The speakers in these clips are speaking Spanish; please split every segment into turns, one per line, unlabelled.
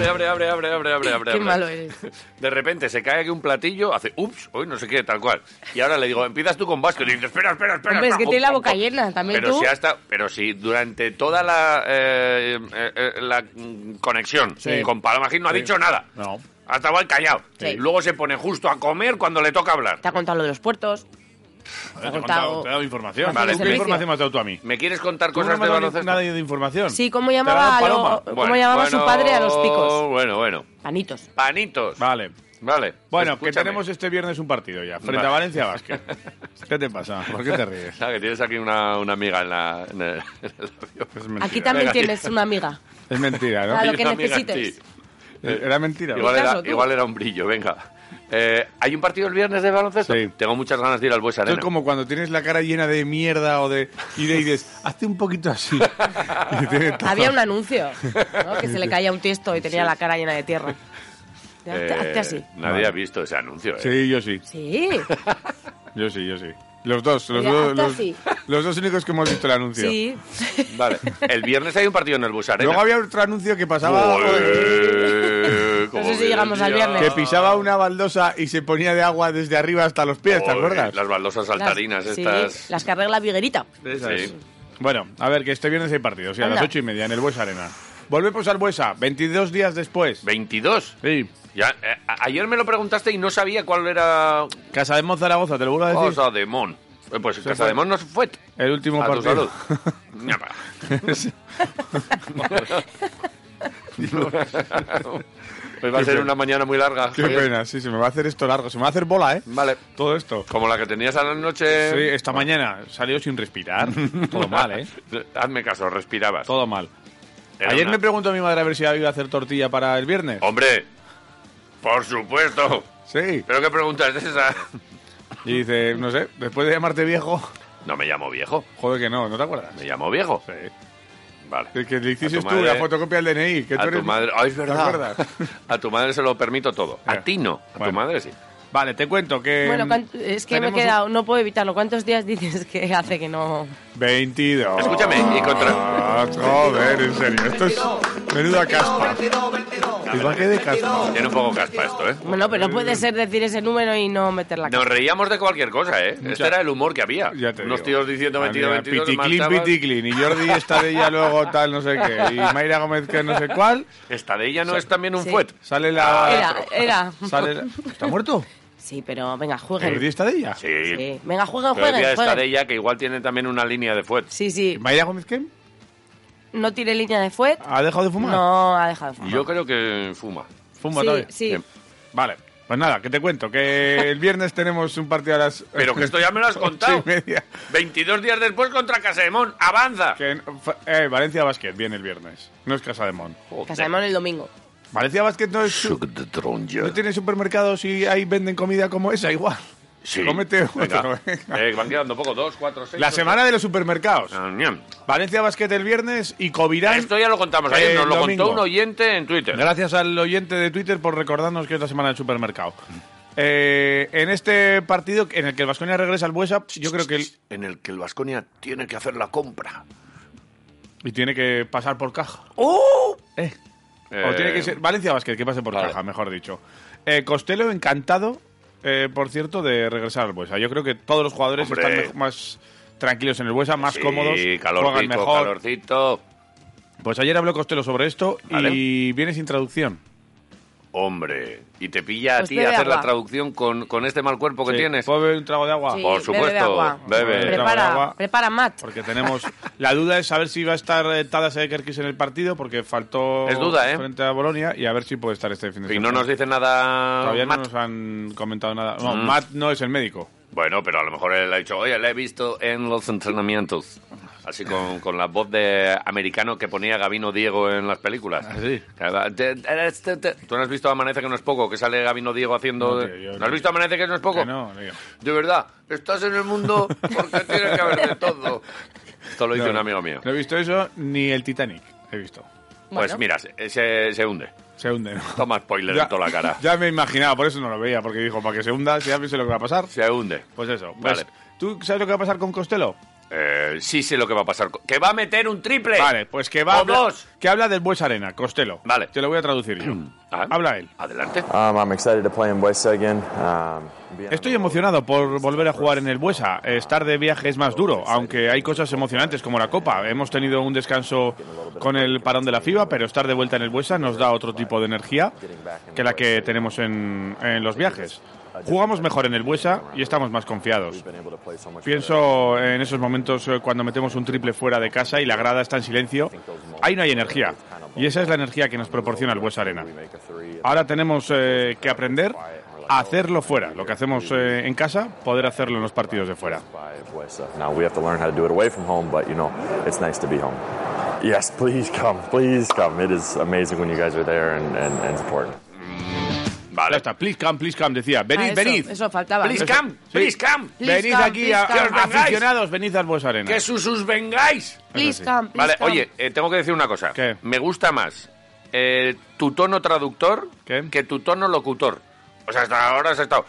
Abre, abre, abre, abre, abre, abre, abre.
Qué
abre.
malo eres.
De repente se cae aquí un platillo, hace ups, hoy no sé qué, tal cual. Y ahora le digo, empiezas tú con Vasco. Y dices, espera, espera, espera.
Hombre, es
espera,
que
pum,
tiene la
pum,
boca
pum.
llena, también
pero
tú.
Si hasta, pero si durante toda la, eh, eh, eh, la mm, conexión
Sí.
con Paloma Gil no ha dicho nada.
No.
Ha estado ahí callado.
Sí.
Luego se pone justo a comer cuando le toca hablar.
Te ha contado lo de los puertos.
Te he
contado-
contado- te he dado información.
Vale,
¿Qué
servicio.
información me has dado tú a mí?
¿Me quieres contar
¿Tú no
cosas de
me has dado
baloncesto?
Nadie de información.
Sí, ¿cómo
¿Te la ha dado
llamaba, a lo-
Paloma?
cómo llamaba su padre a los picos?
Bueno, bueno.
Panitos.
Panitos.
Vale.
Vale.
Bueno, que
Pues Escúchame.
tenemos este viernes un partido ya, frente
Vale.
a Valencia Vázquez. ¿Qué te pasa? ¿Por qué te ríes?
Sabe que tienes aquí una, una amiga en, la, en el, en el avión.
Es mentira.
Aquí también
Venga, tío.
tienes una amiga.
Es mentira,
A
¿no? Eh,
lo
Hay
que
una amiga en
necesites.
ti.
Era mentira.
Igual era,
caso, tú.
igual era un brillo, venga. Eh, ¿Hay un partido el viernes de baloncesto?
Sí.
Tengo muchas ganas de ir al Bues
Esto
Arena.
es como cuando tienes la cara llena de mierda o de... Y de- y dices, hazte un poquito así. Y tiene todo.
Había un anuncio ¿no? que se le caía un tiesto y tenía la cara llena de tierra. Hazte-
Eh,
hazte así.
Nadie
Vale.
ha visto ese anuncio. eh.
Sí, yo sí.
Sí.
Yo sí, yo sí. Los dos, los,
Mira,
dos,
hazte
los,
así.
los dos únicos que hemos visto el anuncio.
Sí.
Vale. El viernes hay un partido en el Bues Arena.
Luego había otro anuncio que pasaba...
Joder, cómo
sé si
me
llegamos al
decía.
viernes.
Que pisaba una baldosa y se ponía de agua desde arriba hasta los pies, ¿te
Joder,
acuerdas?
Las baldosas saltarinas
Las- sí,
estas.
las que arregla Viguerita.
Esas. Sí.
Bueno, a ver, que este viernes hay partido, o sea, a las
Anda.
ocho y media en el Buesa Arena. Volvemos al Buesa, 22 días después.
22.
Sí.
Ya, eh, a- ayer me lo preguntaste y no sabía cuál
Ah,
era
Casa de Zaragoza, te lo vuelvo a decir.
Casa de Mon. Eh, Pues
Se
Casa
fue.
de Mon no se fue.
El último
a tu
partido.
salud. Ya va. pues va a ser
Qué pena.
una mañana muy larga.
Qué
Javier.
pena, sí, se me va a hacer esto largo, se me va a hacer bola, ¿eh?
Vale.
Todo esto.
Como la que tenías a la
Sí,
noche.
esta mañana salió sin respirar. Todo mal, ¿eh?
Hazme caso, respirabas.
Todo mal.
Era
Ayer
una- Oh.
me preguntó a mi madre a ver si iba a hacer tortilla para el viernes.
Hombre, por supuesto.
Sí.
¿Pero qué pregunta es esa?
Y dice, no sé, después de llamarte viejo,
No me llamo viejo.
joder que no, ¿no te acuerdas?
Me llamo viejo.
Sí.
Vale.
Que, que le hiciste
A
tú
tu madre-
la fotocopia del DNI. Que tú
A tu
eres-
madre. Ay, es
¿Te
verdad.
acuerdas?
A tu madre se lo permito todo. A
Eh.
ti no. A tu
Bueno.
madre sí.
Vale, te cuento que.
Bueno,
mm,
cuan- es que me he
tenemos un-
quedado, no puedo evitarlo. ¿Cuántos días dices que hace que no?
22.
Escúchame, y contra-
Ah, Joder, en serio. Esto es. Menuda caspa. Igual que de caspa.
Tiene un poco caspa esto, ¿eh?
Bueno, pero no puede ser decir ese número y no meter la
Nos reíamos de cualquier cosa, ¿eh? Este era el humor que había.
Ya te
Unos
digo.
tíos diciendo 22,
Mira,
22,
Piticlin,
marchabas.
piticlin. Y Jordi está de ella luego tal, no sé qué. Y Mayra Gómez, que no sé cuál.
Esta de ella no es también un
Sí.
fuet.
Sale la.
Ah, Era, era.
Sale la- ¿Está muerto?
Sí, pero venga,
¿Jordi
jueguen.
está de ella?
Sí.
Sí. Venga, jueguen,
Pero decía
jueguen,
esta
jueguen.
de ella que igual tiene también una línea de fuet.
Sí, sí.
¿Mayra Gómez qué?
No tiene línea de fuet.
¿Ha dejado de fumar?
No, ha dejado de fumar.
Yo creo que fuma.
Fuma
sí,
todavía.
sí.
Bien.
Vale. Pues nada, que te cuento que el viernes tenemos un partido a las.
Pero que esto ya me lo has
ocho y
contado.
media.
22 días después contra Casemón. ¡Avanza!
Que en- fa- eh, Valencia Basket viene el viernes. No es Casa de Mon.
Joder.
Casamón el domingo.
Valencia Basket no es. su-
Suck the tron, ya.
No tiene supermercados y ahí venden comida como esa, igual.
Sí.
Cómete
Venga.
otro, venga.
Eh, van quedando poco. Dos, cuatro, seis.
La
ocho.
semana de los supermercados.
Ah, ñam.
Valencia Basket el viernes y Covirán.
Esto ya lo contamos ayer.
El
Nos lo
domingo.
contó un oyente en Twitter.
Gracias al oyente de Twitter por recordarnos que es la semana del supermercado.
Mm.
Eh, en este partido en el que el Vasconia regresa al Buesa, yo creo que el-
En el que el Vasconia tiene que hacer la compra.
y tiene que pasar por caja. Eh. O tiene
Eh,
que ser Valencia Basket, que pase por
Vale.
caja, mejor dicho. Eh, Costello encantado, eh, por cierto, de regresar al Buesa. Yo creo que todos los jugadores
Hombre.
están mejo- más tranquilos en el Buesa, más
Sí,
cómodos, juegan
calorcito,
mejor.
calorcito.
Pues ayer habló Costello sobre esto
Vale.
y viene sin traducción.
Hombre, y te pilla a
Pues
ti
bebe
hacer la
agua.
traducción con, con este mal cuerpo que
Sí.
tienes.
¿Puedo beber un trago de agua?
Sí,
Por
Bebe
supuesto,
agua.
bebe.
Prepara,
Agua.
prepara Matt.
Porque tenemos... la duda es saber si va a estar eh, Tadas Ekerkis en el partido, porque faltó
Es duda, ¿eh?
frente a Bolonia, y a ver si puede estar este fin de
Y
semana.
no nos dice nada
Todavía
Matt.
no nos han comentado nada. No,
Mm.
Matt no es el médico.
Bueno, pero a lo mejor él ha dicho, oye, le he visto en los entrenamientos. Así con, con la voz de americano que ponía Gabino Diego en las películas.
Ah, sí?
Cada- te- te- te- te- ¿Tú no has visto Amanece que no es poco? Que sale Gabino Diego haciendo...
No,
de-
tío,
No,
yo no.
has visto Amanece que no es poco?
Que no, tío.
De verdad, estás en el mundo porque tienes que haber de todo. Esto lo dice un amigo mío.
No he visto eso ni el Titanic. He visto.
Pues
Bueno.
mira, se, se- se hunde.
Se hunde. ¿no?
Toma spoiler en toda la cara.
Ya me imaginaba, por eso no lo veía, porque dijo, para que se hunda, si ya pienso lo que va a pasar.
Se hunde.
Pues eso.
Vale.
Pues, ¿Tú sabes lo que va a pasar con Costello?
Eh, sí sé lo que va a pasar. con- ¡Que va a meter un triple!
Vale, pues que va
¡O
a habla-
dos!
que habla del Bues Arena, Costello.
Vale.
Te lo voy a traducir yo.
Ah,
Habla él.
Adelante.
Um, I'm excited to play in Buesa again. Um, being
Estoy emocionado por volver a jugar en el Buesa. Estar de viaje es más duro, aunque hay cosas emocionantes como la Copa. Hemos tenido un descanso con el parón de la FIBA, pero estar de vuelta en el Buesa nos da otro tipo de energía que la que tenemos en, en los viajes. Jugamos mejor en el Buesa y estamos más confiados.
able to play so much
Pienso en esos momentos eh, cuando metemos un triple fuera de casa y la grada está en silencio. Ahí no hay energía. Y esa es la energía que nos proporciona el Buesa Arena. Ah, Ahora tenemos eh, que aprender a hacerlo fuera. Lo que hacemos eh, en casa, poder hacerlo en los partidos de fuera.
by Buesa. Now we have to learn how to do it away from home, but you know, it's nice to be home. Yes, please come, please come. It is amazing when you guys are there and, and, and supporting.
Ya
Vale.
está. Please come, please come, decía. Venid,
Ah, eso,
venid.
Eso faltaba.
Please
¿no?
come, please come.
Please
venid
come,
aquí,
please
a-
come.
que os vengáis. aficionados, venid al Buesa Arena.
¡Que sus vengáis!
Please come, please
Vale,
come.
oye, eh, tengo que decir una cosa.
¿Qué?
Me gusta más eh, tu tono traductor
¿Qué?
que tu tono locutor. O sea, hasta ahora has estado...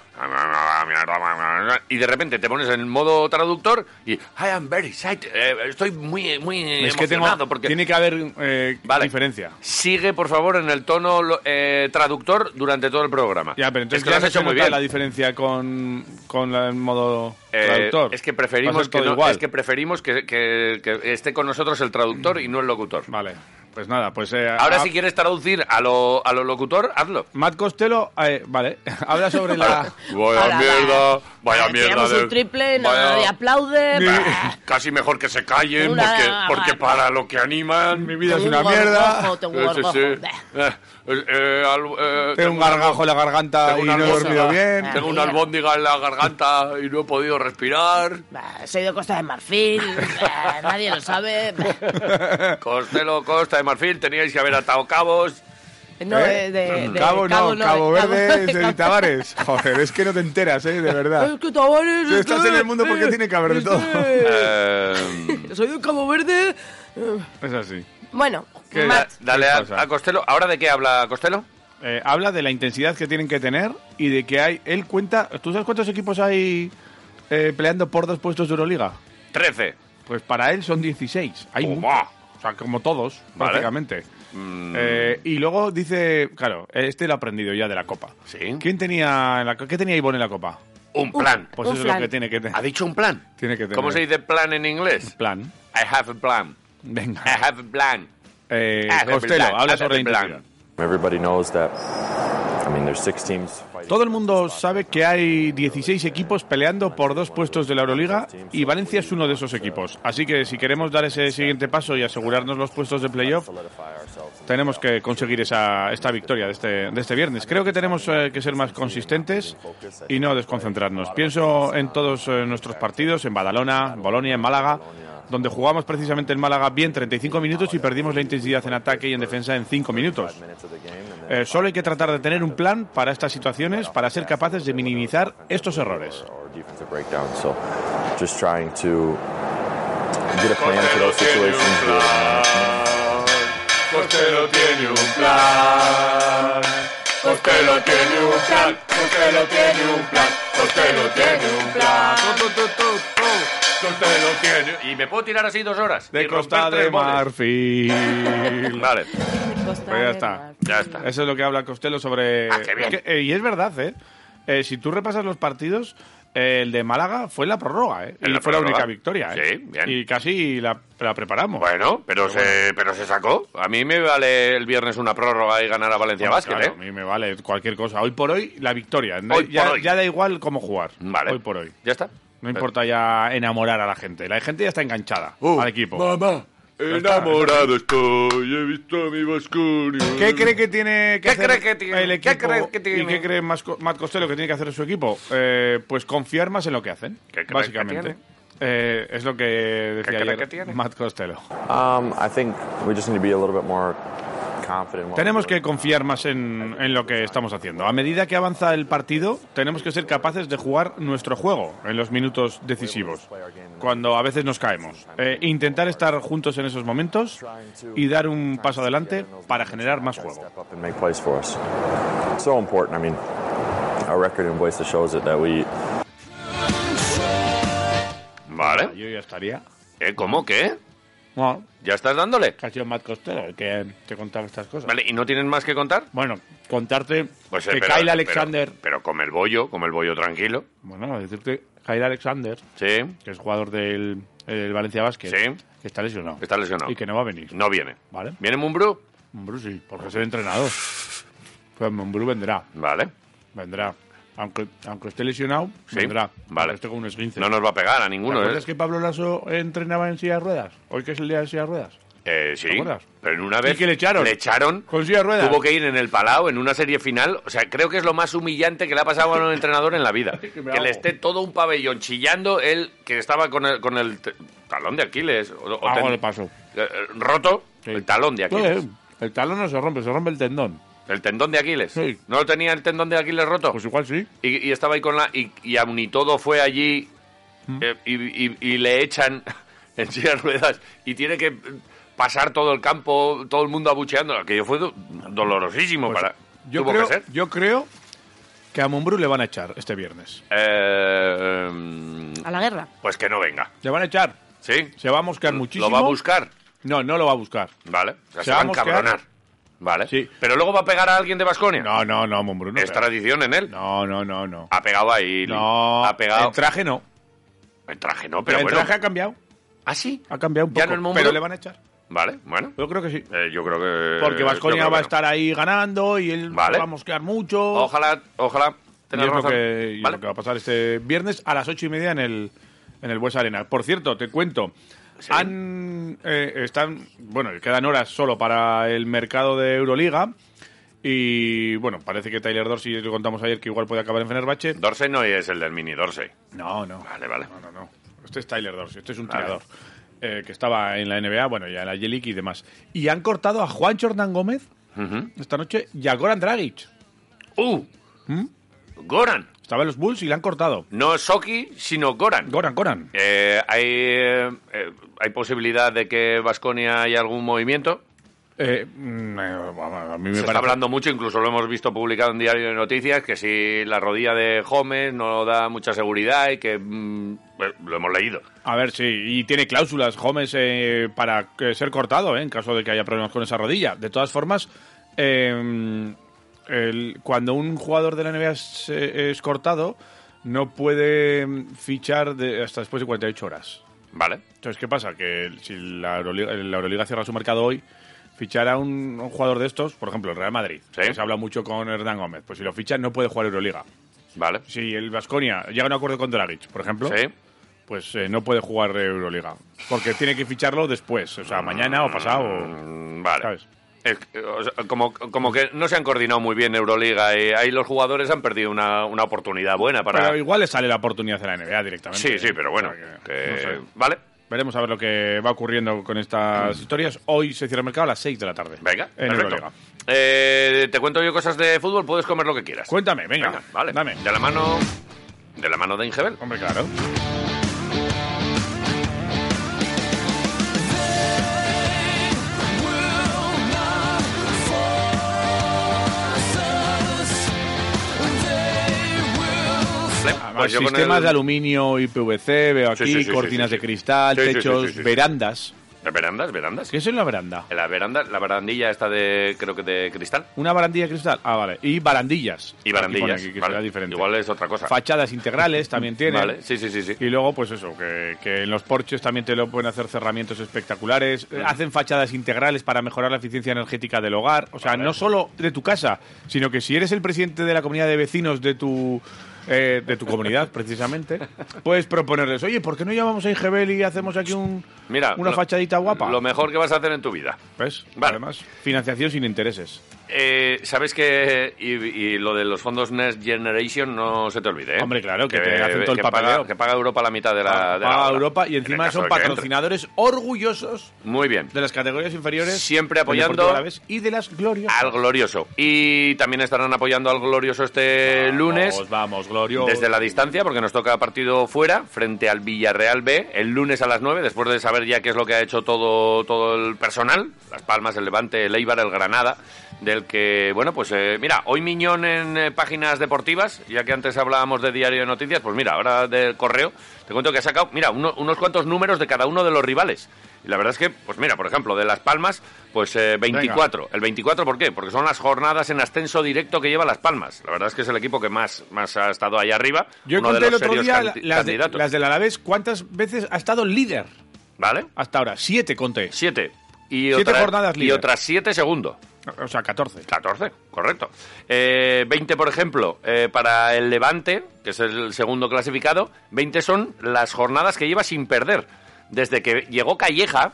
Y de repente te pones en modo traductor y... I am very excited. Eh, estoy muy, muy
Es que tengo,
emocionado porque...
tiene que haber eh,
Vale.
diferencia.
Sigue, por favor, en el tono lo- eh, traductor durante todo el programa.
Ya, pero entonces
es que
ya
lo
no
has hecho
se
muy
nota
bien.
la diferencia con, con la- el modo
Eh,
traductor.
es que
Va a
preferimos
ser
que,
todo
no-
igual.
es que preferimos que, que- que esté con nosotros el traductor y no el locutor.
Vale, pues nada, pues... eh,
Ahora
a-
si quieres traducir a lo, a lo locutor, hazlo.
Matt Costello, eh, vale, habla sobre la...
Vaya
Ahora,
mierda,
va.
vaya
Ahora
mierda.
tiramos
de-
un triple, no,
vaya-
nadie aplaude. bah.
Bah, Casi mejor que se callen
Una-
porque, porque para lo que animan...
Mi vida es
Tengo
una
un gorgojo,
mierda.
tengo un
Eh, sí,
gorgojo.
sí.
Bah.
Eh, eh, eh, al- eh,
Tengo un gargajo en la garganta
tengo
y
una
no he
albóndiga-
dormido bien.
Tengo una
Mira.
albóndiga en la garganta y no he podido respirar.
Bah, soy de Costa de Marfil, bah, nadie lo sabe. bah.
Costello, Costa de Marfil, teníais que haber atado cabos.
No,
¿Eh?
eh, de, de-
Cabo no,
no,
Cabo
de-
Verde es
Cabo-
de Tavares. Joder, es que no te enteras, eh, de
Es
verdad.
que Tavares,
Si
es
estás
que-
en el mundo, ¿por qué tiene que haber de
es
todo?
que-
Eh,
Soy de Cabo Verde.
Es así.
Bueno,
¿Qué?
Matt,
dale
¿Qué
a,
pasa?
a Costello. ¿Ahora de qué habla Costello?
Eh, habla de la intensidad que tienen que tener y de que hay... Él cuenta... ¿Tú sabes cuántos equipos hay eh, peleando por dos puestos de Euroliga?
13.
Pues para él son 16. Hay
Toma.
muchos. O sea, como todos,
Vale.
prácticamente. Eh, y luego dice, claro, este lo ha aprendido ya de la copa.
Sí.
¿Quién tenía en la, co- ¿Qué tenía Ivonne en la copa?
Un plan.
Pues
Un
eso es
plan.
lo que tiene que tener.
¿Ha dicho un plan?
Tiene que tener.
¿Cómo se dice plan en inglés?
Plan.
I have a plan.
Venga.
I have a plan.
Eh,
Ah, de
Costello,
plan, ah,
habla
de
sobre
plan.
intensidad.
Everybody knows that. I mean, there's six teams fighting.
Todo el mundo sabe que hay 16 equipos peleando por dos puestos de la Euroliga y Valencia es uno de esos equipos. Así que si queremos dar ese siguiente paso y asegurarnos los puestos de playoff, tenemos que conseguir esa, esta victoria de este, de este viernes. Creo que tenemos eh, que ser más consistentes y no desconcentrarnos. Pienso en todos eh, nuestros partidos, en Badalona, en Bolonia, en Málaga, donde jugamos precisamente en Málaga bien 35 minutos y perdimos la intensidad en ataque y en defensa en 5 minutos. Eh, solo hay que tratar de tener un plan para estas situaciones para ser capaces de minimizar estos errores.
Or defensive breakdown. So, just trying to get a plan for those situations.
Costello tiene un plan. Costello tiene un plan. Costello tiene un plan. Costello tiene un plan. Costello tiene. Y me puedo tirar así dos horas. y
De
romper
Costa
tres
de
botes.
Marfil.
Vale,
Costa
Pues ya
de
está.
Marfil.
ya está.
Eso es lo que habla Costello sobre.
Ah, qué bien.
Es que, eh, y es verdad, ¿eh? Eh, Si tú repasas los partidos, eh, el de Málaga fue en la prórroga, ¿eh?
En
Y
la
fue la
prórroga.
única victoria, ¿eh?
Sí, bien.
Y casi la, la preparamos.
Bueno, pero, se, pero se sacó. A mí me vale el viernes una prórroga y ganar a Valencia
Bueno,
Basket,
claro, A
¿eh?
mí me vale cualquier cosa. Hoy por hoy, la victoria.
Hoy
ya,
por hoy.
ya da igual cómo jugar.
Vale. Eh.
Hoy por hoy.
Ya está.
No importa ya enamorar a la gente. La gente ya está enganchada
Uh.
al equipo.
Mamá,
enamorado
estoy, he visto a mi Vasconi.
¿Qué cree que tiene que
Mm. ¿Qué
hacer
cree que tiene?
el
¿Qué
equipo?
cree que tiene?
¿Y qué cree Mas- Matt Costello que tiene que hacer su equipo? Eh, pues confiar más en lo que hacen,
¿Qué cree que
básicamente.
tiene?
Eh, es lo que decía
cree
ayer
que tiene?
Matt Costello.
Um, I think we just need to be a little bit more confident. in what
Tenemos
we're
que confiar más en, en lo que estamos haciendo. A medida que avanza el partido, tenemos que ser capaces de jugar nuestro juego en los minutos decisivos, cuando a veces nos caemos. Eh, intentar estar juntos en esos momentos y dar un paso adelante para generar más
doing.
juego.
Step up and make plays for us. So important. I mean, our record in Buesa shows it that we
Vale.
Yo ya estaría.
¿Eh, ¿Cómo? ¿Qué?
Bueno,
¿Ya estás dándole?
que ha sido Matt Costello el que te contaba estas cosas.
Vale, ¿y no tienes más que contar?
Bueno, contarte
Pues, eh,
que
pero-
Kyle Alexander...
Pero, pero come el bollo, come el bollo tranquilo.
Bueno, decirte Kyle Alexander,
Sí,
que es jugador del, el Valencia Basket,
Sí.
que está lesionado.
está lesionado.
Y que no va a venir.
No viene.
Vale.
¿Viene Mumbrú?
Hombre, sí, porque es el entrenador. Pues Mumbrú vendrá,
Vale.
vendrá. Aunque, aunque esté lesionado,
Sí,
vendrá.
vale.
Aunque esté con un esguince.
No nos va a pegar a
¿Te
ninguno, ¿eh?
acuerdas que Pablo Lasso entrenaba en silla de ruedas? Hoy que es el día de silla de ruedas.
Eh, sí,
¿Te acuerdas?
pero en una vez
¿Y qué le echaron?
Le echaron.
Con silla de ruedas.
Tuvo que ir en el Palau en una serie final. O sea, creo que es lo más humillante que le ha pasado a un entrenador en la vida.
Ay, que
que
me
le
ahogo.
esté todo un pabellón chillando él que estaba con el, con el t- talón de Aquiles. O, o
Hago
ten-
el paso.
eh, eh, roto
Ah, Sí.
el talón de Aquiles.
Eh, el talón no se rompe, se rompe el tendón.
El tendón de Aquiles.
Sí.
¿No lo tenía el tendón de Aquiles roto?
Pues igual sí.
y, y estaba ahí con la. Y, y aún y todo fue allí eh, y, y- y le echan en silla de ruedas y tiene que pasar todo el campo, todo el mundo abucheando. Aquello fue do- dolorosísimo
Pues
para.
yo,
tuvo
creo,
que ser.
yo creo que a Mumbrú le van a echar este viernes.
Eh, mm,
A la guerra.
pues que no venga.
Le van a echar.
¿Sí?
Se va a mosquear muchísimo.
Lo va a buscar.
No, no lo va a buscar.
Vale. O sea,
Se
se,
va
va a
a mosquear.
encabronar. Vale.
Sí.
Pero luego va a pegar a alguien de Basconia.
No, no, no, Mumbrú. No,
es tradición en él.
no, no, no. No,
Ha pegado ahí.
no
Ah, Ha pegado.
el traje no.
El traje no, pero
el
bueno.
traje ha cambiado.
Ah, sí.
Ha cambiado un poco.
Ya no es Mumbrú.
pero le van a echar.
Vale, bueno.
Yo creo que sí.
Eh, yo creo que.
Porque
yo
Vasconia
creo
va a
que no.
estar ahí ganando y él
Vale.
va a mosquear mucho.
Ojalá, ojalá.
Y
tenés
es lo
razón.
que, y
Vale.
lo que va a pasar este viernes a las ocho y media en el en el Buesa Arena. Por cierto, te cuento.
Sí.
Han eh, están bueno, quedan horas solo para el mercado de Euroliga. Y bueno, parece que Tyler Dorsey, lo contamos ayer, que igual puede acabar en Fenerbahce.
Dorsey no es el del mini Dorsey.
No, no.
Vale, vale. Ah.
No, no, no. Este es Tyler Dorsey, este es un
Vale.
tirador. eh, que estaba en la NBA, bueno, ya en la J-League y demás. Y han cortado a Juan Jordan Gómez esta noche y a Goran Dragic.
¡Uh!
¿Mm?
Goran.
Estaba en los Bulls y le han cortado.
No Soki, sino Goran.
Goran, Goran.
Eh, ¿hay, eh, eh, ¿Hay posibilidad de que Vasconia haya algún movimiento?
Eh, mm, eh, a mí me
Se
parece-
está hablando mucho, incluso lo hemos visto publicado en Diario de Noticias, que si la rodilla de Gómez no da mucha seguridad y que... mm, eh, lo hemos leído.
A ver, sí, y tiene cláusulas Gómez eh, para que ser cortado eh, en caso de que haya problemas con esa rodilla. De todas formas, eh, el- cuando un jugador de la NBA es, eh, es cortado, no puede mm, fichar de- hasta después de 48 horas.
Vale.
Entonces, ¿qué pasa? Que el- si la Euroliga, la Euroliga cierra su mercado hoy, fichar a un, un jugador de estos, por ejemplo, el Real Madrid,
Sí.
que se habla mucho con Hernán Gómez, pues si lo fichan no puede jugar Euroliga.
Vale.
Si el Vasconia llega a un acuerdo con Dragic, por ejemplo,
Sí.
pues eh, no puede jugar Euroliga. Porque tiene que ficharlo después, o sea, mañana o pasado. o-
Mm, Vale.
¿Sabes?
Es que, o sea, como, como que no se han coordinado muy bien Euroliga y ahí los jugadores han perdido una, una oportunidad buena para...
Pero igual le sale la oportunidad de la NBA directamente. ¿eh?
sí, sí, pero bueno.
O sea que-
que-
no sé.
Vale.
Veremos a ver lo que va ocurriendo con estas historias. Hoy se cierra el mercado a las 6 de la tarde.
Mm. Venga,
en
perfecto.
Euroliga.
Eh, te cuento yo cosas de fútbol, puedes comer lo que quieras.
Cuéntame, venga.
vale.
Dame. Ah,
De la mano... De la mano de Ingebel.
Hombre, claro.
Pues Vale,
Además,
pues yo con
sistemas
el-
de aluminio y PVC, veo aquí,
Sí, sí, sí,
cortinas
sí, sí,
de
sí.
cristal,
Sí, sí, sí,
techos,
sí, sí.
verandas.
Verandas, verandas.
¿Qué es en la veranda?
La veranda, la barandilla esta de, creo que de cristal.
Una barandilla de cristal. Ah, vale. Y barandillas.
Y
Aquí
barandillas.
pone aquí que
vale.
será diferente.
Igual es otra cosa.
Fachadas integrales también tiene.
Vale, sí, sí, sí, sí.
Y luego, pues eso, que, que en los porches también te lo pueden hacer cerramientos espectaculares.
Mm.
eh, Hacen fachadas integrales para mejorar la eficiencia energética del hogar. O sea, no solo de tu casa, sino que si eres el presidente de la comunidad de vecinos de tu. eh, de tu comunidad, precisamente, puedes proponerles, oye, ¿por qué no llamamos a Ingebel y hacemos aquí un,
Mira,
una
lo-
fachadita guapa?
Lo mejor que vas a hacer en tu vida.
¿Ves?
Vale.
Además, financiación sin intereses.
eh, sabes que y, y lo de los fondos Next Generation no se te olvide. ¿eh?
Hombre, claro, que te hacen todo el
que paga-
papeleo.
que paga Europa la mitad de la. de la
Paga
ola,
Europa y
en el
encima
caso
son
de que entre.
patrocinadores orgullosos
Muy bien.
de las categorías inferiores.
Siempre
del
apoyando-
Deportivo Alavés y de las glorias.
Al glorioso. Y también estarán apoyando al glorioso este lunes.
Vamos, vamos, glorioso.
Desde la distancia, porque nos toca partido fuera, frente al Villarreal B, el lunes a las 9, después de saber ya qué es lo que ha hecho todo, todo el personal, Las Palmas, el Levante, el Eibar, el Granada, del que, bueno, pues eh, mira, hoy Miñón en eh, páginas deportivas, ya que antes hablábamos de diario de noticias, pues mira, ahora del correo, te cuento que ha sacado, mira, uno- unos cuantos números de cada uno de los rivales. Y la verdad es que, pues mira, por ejemplo, de Las Palmas, pues eh, 24. ¿El 24 por qué? Porque son las jornadas en ascenso directo que lleva Las Palmas. La verdad es que es el equipo que más, más ha estado ahí arriba.
Yo
uno de
encontré el
los
otro
serios
día
candi-
las, de,
candidatos.
las del Alavés. ¿Cuántas veces ha estado líder
¿Vale?
hasta ahora? Siete conté.
Siete. Y
Siete
otra-
jornadas
Y
líder.
otras siete segundo.
O sea, 14.
14, correcto. Eh, 20, por ejemplo, eh, para el Levante, que es el segundo clasificado, 20 son las jornadas que lleva sin perder. Desde que llegó Calleja,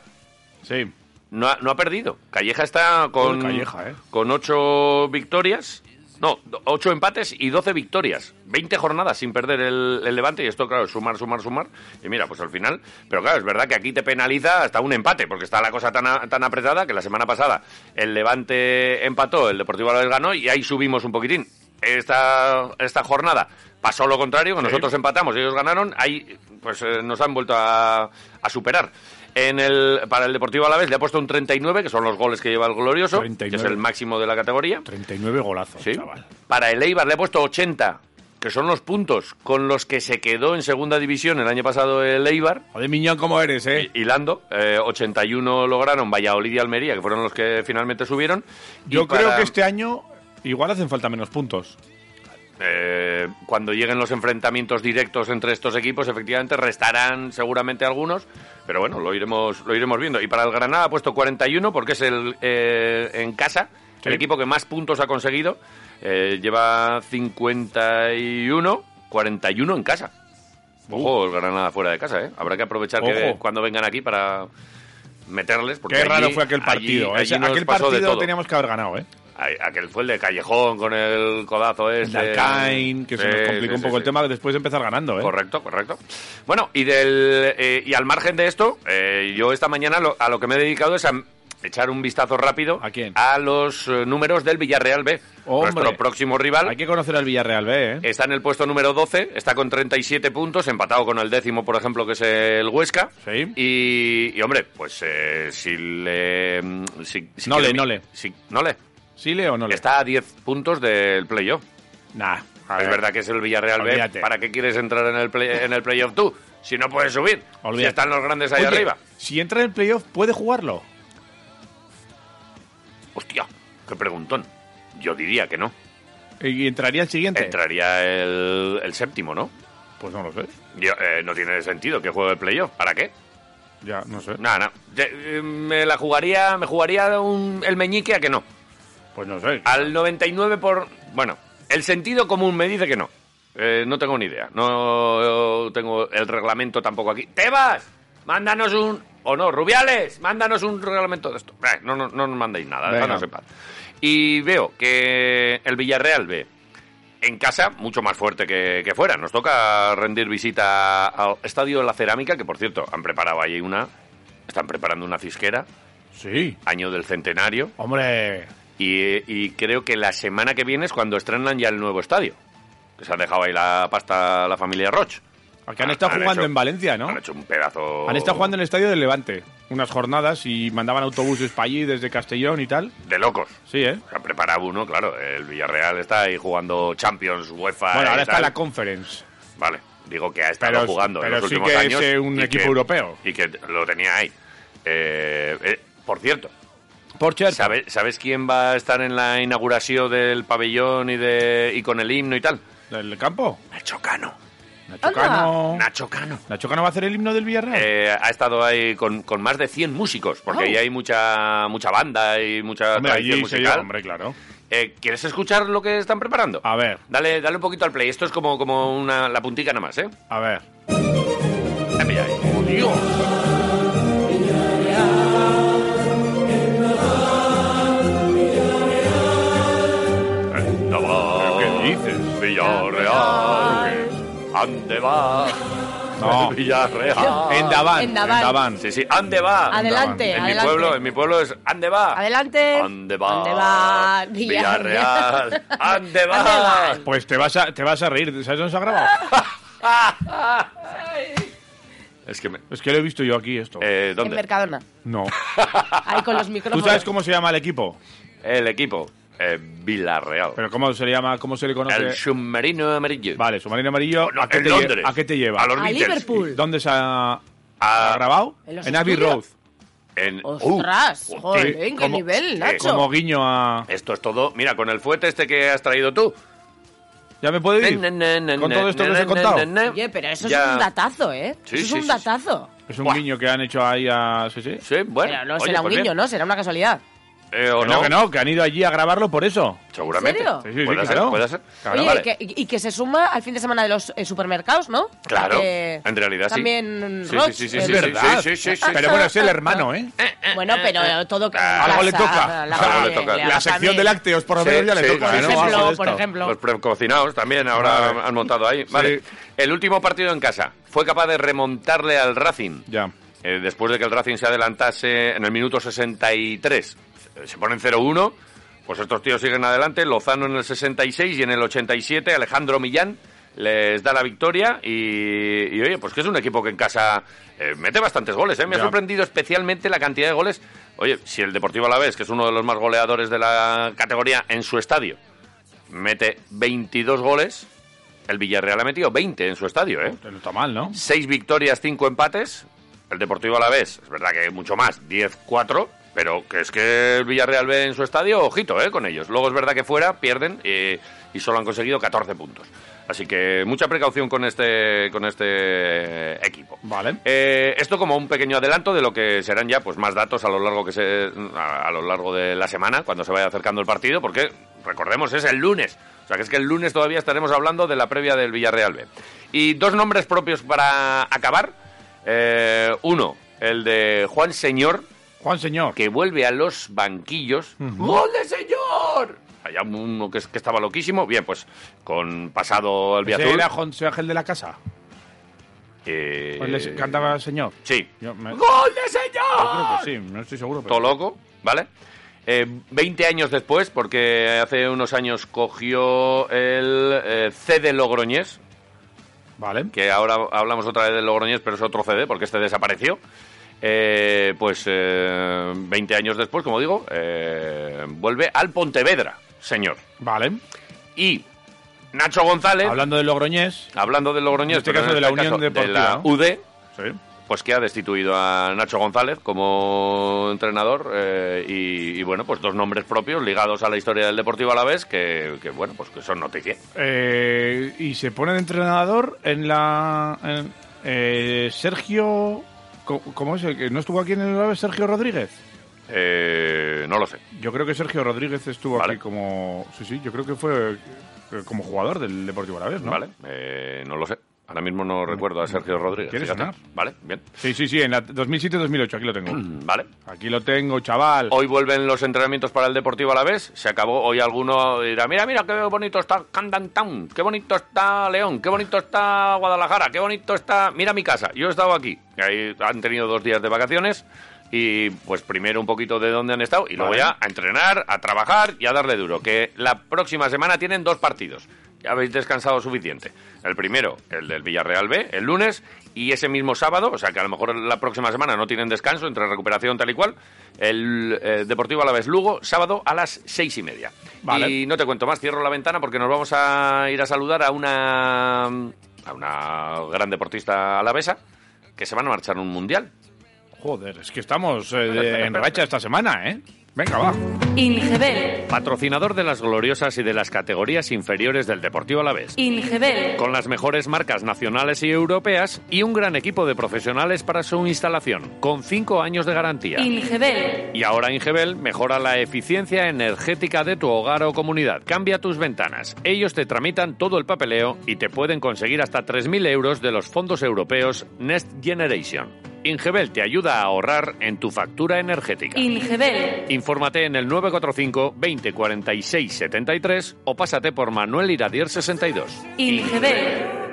Sí.
no ha, no ha perdido. Calleja está con,
Uy, Calleja, eh.
con 8 victorias. No, 8 empates y 12 victorias. 20 jornadas sin perder el, el levante. Y esto, claro, es sumar, sumar, sumar. Y mira, pues al final. Pero claro, es verdad que aquí te penaliza hasta un empate, porque está la cosa tan, a- tan apretada que la semana pasada el levante empató, el Deportivo Alavés ganó y ahí subimos un poquitín. Esta, esta jornada pasó lo contrario, que nosotros empatamos, ellos ganaron, ahí pues eh, nos han vuelto a, a superar. En el, para el Deportivo Alavés le ha puesto un 39, que son los goles que lleva el Glorioso, que es
39.
el máximo de la categoría.
39 golazos,
Sí.
chaval.
Para el Eibar le ha puesto 80, que son los puntos con los que se quedó en segunda división el año pasado el Eibar.
Joder, Miñón, ¿cómo eres, eh?
Hilando, eh, 81 lograron Valladolid y Almería, que fueron los que finalmente subieron. Y
Yo creo
para,
que este año igual hacen falta menos puntos.
eh, cuando lleguen los enfrentamientos directos entre estos equipos, efectivamente restarán seguramente algunos, pero bueno, lo iremos, lo iremos viendo. Y para el Granada ha puesto 41 porque es el eh, en casa, el equipo que más puntos ha conseguido. Eh, lleva 51, 41 en casa. Ojo, el Granada fuera de casa, ¿eh? Habrá que aprovechar que
Uh. Ojo.
cuando vengan aquí para meterles. Porque
Qué raro
allí-
fue aquel
allí-
partido.
allí
Ese-
nos
aquel
pasó de
partido
todo.
teníamos que haber ganado, eh.
Ay, Aquel fue el de Callejón con el codazo
El
este.
de Alcain, que se
Sí,
nos
sí,
complicó un
sí,
poco el
sí.
tema después de empezar ganando, eh.
Correcto, correcto. Bueno, y del eh, y al margen de esto, eh, yo esta mañana lo- a lo que me he dedicado es a m- echar un vistazo rápido
¿A quién?
a los eh, números del Villarreal B.
Hombre.
nuestro próximo rival.
Hay que conocer al Villarreal B, eh.
Está en el puesto número 12, está con 37 puntos, empatado con el décimo, por ejemplo, que es el Huesca.
Sí.
Y, y, hombre, pues eh, si le... mm, Si, si
No
quiere
le,
mi-
no le.
si- no le.
¿Sí, Leo o no? Leo?
Está a 10 puntos del playoff.
Nah. a
Es
ver.
verdad que es el Villarreal B.
Olvídate.
¿Para qué quieres entrar en el, play- en el playoff tú? Si no puedes subir.
Olvídate.
Si están los grandes ahí
Oye,
arriba.
Si entra en el playoff, ¿puede jugarlo?
Hostia, qué preguntón. Yo diría que no.
¿Y entraría el siguiente?
Entraría el, el séptimo, ¿no?
Pues no lo sé.
Yo- eh, no tiene sentido que juegue el playoff. ¿Para qué?
¿Eh? Ya, no sé.
Nada, nada. Te- eh, Me la jugaría, me jugaría un- el meñique a que no.
Pues no sé.
Al 99 por... Bueno, el sentido común me dice que no. Eh, no tengo ni idea. No tengo el reglamento tampoco aquí. ¡Tebas! Mándanos un... O no, Rubiales, mándanos un reglamento de esto. Eh, no, no, no nos mandéis nada,
Venga.
dejadnos en paz. Y veo que el Villarreal ve en casa mucho más fuerte que, que fuera. Nos toca rendir visita al Estadio de la Cerámica, que por cierto, han preparado ahí una... Están preparando una fisquera,
Sí.
año del centenario.
Hombre.
Y, y creo que la semana que viene es cuando estrenan ya el nuevo estadio. Que se han dejado ahí la pasta la familia Roche.
Porque han estado jugando
Ah, hecho-
en Valencia, ¿no?
Han hecho un pedazo.
Han estado jugando en el estadio del Levante. Unas jornadas y mandaban autobuses para allí desde Castellón y tal.
De locos.
Sí, ¿eh?
Se han preparado uno, claro. El Villarreal está ahí jugando Champions, UEFA.
Bueno,
y
ahora está
tal.
la Conference.
Vale, digo que ha estado
Pero-
jugando en
pero
los
sí
últimos
que
años.
es, eh, un
y
equipo
que-
europeo.
Y que lo tenía ahí. Eh, eh, por cierto,
Por cierto.
¿sabe- ¿sabes quién va a estar en la inauguración del pabellón y, de, y con el himno y tal?
¿Del campo?
Nacho Cano.
Nacho
Anda.
Cano.
Nacho Cano.
Nacho Cano va a hacer el himno del Villarreal.
Eh, ha estado ahí con, con más de 100 músicos, porque
Oh.
ahí hay mucha mucha banda y mucha
hombre,
tradición
allí se
musical.
lleva, hombre, claro.
Eh, ¿Quieres escuchar lo que están preparando?
A ver,
Dale, dale un poquito al play. Esto es como, como una, la puntica nada más, ¿eh?
a ver.
Ah, mira, eh. ¡Oh, Dios! dices Villarreal? ¿Ande va?
No.
Villarreal.
En Daván.
En Daván.
Sí, sí, ¿ande va?
Adelante,
En mi
adelante.
pueblo, en mi pueblo es ¿ande va?
Adelante.
¿Ande va?
¿Dónde va?
Villarreal. ¿Ande va?
¿Ande
Pues te vas, a, te vas a reír. ¿Sabes dónde se ha grabado?
Es que me...
es que lo he visto yo aquí esto.
eh,
En
¿Dónde?
Mercadona.
No.
Ahí con los
¿Tú
micrófonos.
sabes cómo se llama el equipo?
El equipo. Eh, Villarreal.
Pero ¿cómo se le llama? ¿Cómo se le
El
conoce?
submarino amarillo.
Vale, submarino amarillo.
No,
¿a, qué
en
te lle-
Londres.
a qué te lleva?
A los
A
Beatles.
Liverpool.
¿Dónde se
Ah.
ha, ha grabado?
¿En los
en Abbey
estudios?
Road.
En- uh,
¡Ostras!
joder,
¡Joder, qué
¿cómo-
nivel,
eh,
Nacho!
Como guiño a.
Esto es todo. Mira, con el fuete este que has traído tú.
¿Ya me puedo ir?
Na, na, na,
Con
na,
todo esto
na,
que os he
na,
contado.
na, na.
Oye, pero eso es
Ya.
un datazo, ¿eh?
Sí,
eso es
sí,
un
sí,
datazo.
Es un
Buah.
guiño que han hecho ahí a. Sí, sí.
Sí, bueno.
Pero no
Oye,
será un
pues
guiño,
bien.
¿no? Será una casualidad.
Eh, o
Que no, que no, que han ido allí a grabarlo por eso.
Seguramente.
¿En serio?
Sí, sí, sí,
puede ser,
claro.
puede ser.
Claro.
Oye,
Vale.
que- y y que se suma al fin de semana de los eh, supermercados, ¿no?
Claro,
Que
en realidad sí.
también
Sí, sí,
Roche,
sí, sí,
eh,
Es
sí,
verdad.
sí, sí, sí, sí.
Pero bueno, es el hermano, ¿eh?
Bueno, pero todo...
Ah,
algo le
sa-
toca.
la
Algo le
familia,
toca.
La sección
familia.
de lácteos, por lo
Sí,
menos, ya le
sí,
toca.
por
¿eh? No
ejemplo,
vamos a hacer
por
esto.
ejemplo.
Los precocinados también ahora
Vale.
han montado ahí. Vale. El último partido en casa fue capaz de remontarle al Racing.
Ya.
Eh, después de que el Racing se adelantase en el minuto 63, eh, se ponen 0-1, pues estos tíos siguen adelante, Lozano en el 66 y en el 87 Alejandro Millán les da la victoria y, y, oye, pues que es un equipo que en casa eh, mete bastantes goles, ¿eh? me ha
Ya.
sorprendido especialmente la cantidad de goles. Oye, si el Deportivo Alavés, que es uno de los más goleadores de la categoría en su estadio, mete 22 goles, el Villarreal ha metido 20 en su estadio, ¿eh?
No está mal, ¿no?
seis victorias, cinco empates. El Deportivo a la vez, es verdad que mucho más, 10-4, pero que es que el Villarreal ve en su estadio, ojito eh, con ellos. Luego es verdad que fuera pierden eh, y solo han conseguido 14 puntos. Así que mucha precaución con este, con este equipo.
Vale.
Eh, esto como un pequeño adelanto de lo que serán ya pues más datos a lo largo que se a, a lo largo de la semana cuando se vaya acercando el partido porque recordemos es el lunes o sea que es que el lunes todavía estaremos hablando de la previa del Villarreal B y dos nombres propios para acabar Eh, uno el de Juan Señor
Juan Señor.
que vuelve a los banquillos. ¡Gol de señor! Allá uno que, es- que estaba loquísimo. Bien, pues con pasado el
¿Ese
viatur.
era José Ángel de la Casa?
eh,
¿O le cantaba Señor?
Sí.
Yo me-
¡Gol de señor!
Yo creo que sí, no estoy seguro. Pero...
Todo loco, ¿vale? Eh, 20 años después, porque hace unos años cogió el eh, CD Logroñés,
Vale.
que ahora hablamos otra vez del Logroñés, pero es otro CD porque este desapareció. Eh, pues eh, 20 años después, como digo, eh, vuelve al Pontevedra, señor.
Vale.
Y Nacho González, hablando,
Hablando de Logroñés.
del Logroñés,
En este
pero
caso de la Unión
de la
Deportiva, ¿no?
UD,
Sí.
pues que ha destituido a Nacho González como entrenador eh, y, y, bueno, pues dos nombres propios ligados a la historia del Deportivo Alavés que, que bueno, pues que son noticias.
Eh, y se pone de entrenador en la. en- eh, Sergio. co- ¿Cómo es el que no estuvo aquí en el Alavés? Sergio Rodríguez.
Eh, no lo sé.
Yo creo que Sergio Rodríguez estuvo
Vale.
aquí como. Sí, sí, yo creo que fue eh, como jugador del Deportivo Alavés, ¿no?
¿Vale? Eh, no lo sé. Ahora mismo no recuerdo a Sergio Rodríguez.
¿Quieres
fíjate.
sonar?
Vale, bien.
Sí, sí, sí, en la 2007-2008, aquí lo tengo.
Vale.
Aquí lo tengo, chaval.
Hoy vuelven los entrenamientos para el Deportivo Alavés. Se acabó. Hoy alguno dirá, mira, mira, qué bonito está Camden Town, qué bonito está León, qué bonito está Guadalajara, qué bonito está... Mira mi casa, yo he estado aquí. Y Ahí han tenido dos días de vacaciones y pues primero un poquito de dónde han estado y luego
Vale.
ya a entrenar, a trabajar y a darle duro. Que la próxima semana tienen dos partidos. Ya habéis descansado suficiente. El primero, el del Villarreal B, el lunes, y ese mismo sábado, o sea que a lo mejor la próxima semana no tienen descanso entre recuperación tal y cual, el eh, Deportivo Alavés Lugo, sábado a las seis y media.
Vale.
Y no te cuento más, cierro la ventana porque nos vamos a ir a saludar a una, a una gran deportista alavesa que se van a marchar a un mundial.
Joder, es que estamos eh, de- en racha esta semana, ¿eh? Venga, va.
Ingebel,
Patrocinador de las gloriosas y de las categorías inferiores del Deportivo Alavés.
Ingebel,
con las mejores marcas nacionales y europeas y un gran equipo de profesionales para su instalación, con 5 años de garantía.
Ingebel,
Y ahora Ingebel mejora la eficiencia energética de tu hogar o comunidad. Cambia tus ventanas. Ellos te tramitan todo el papeleo y te pueden conseguir hasta 3.000 euros de los fondos europeos Next Generation. Ingebel te ayuda a ahorrar en tu factura energética.
Ingebel.
Infórmate en el 945 20 46 73 o pásate por Manuel Iradier 62.
Ingebel.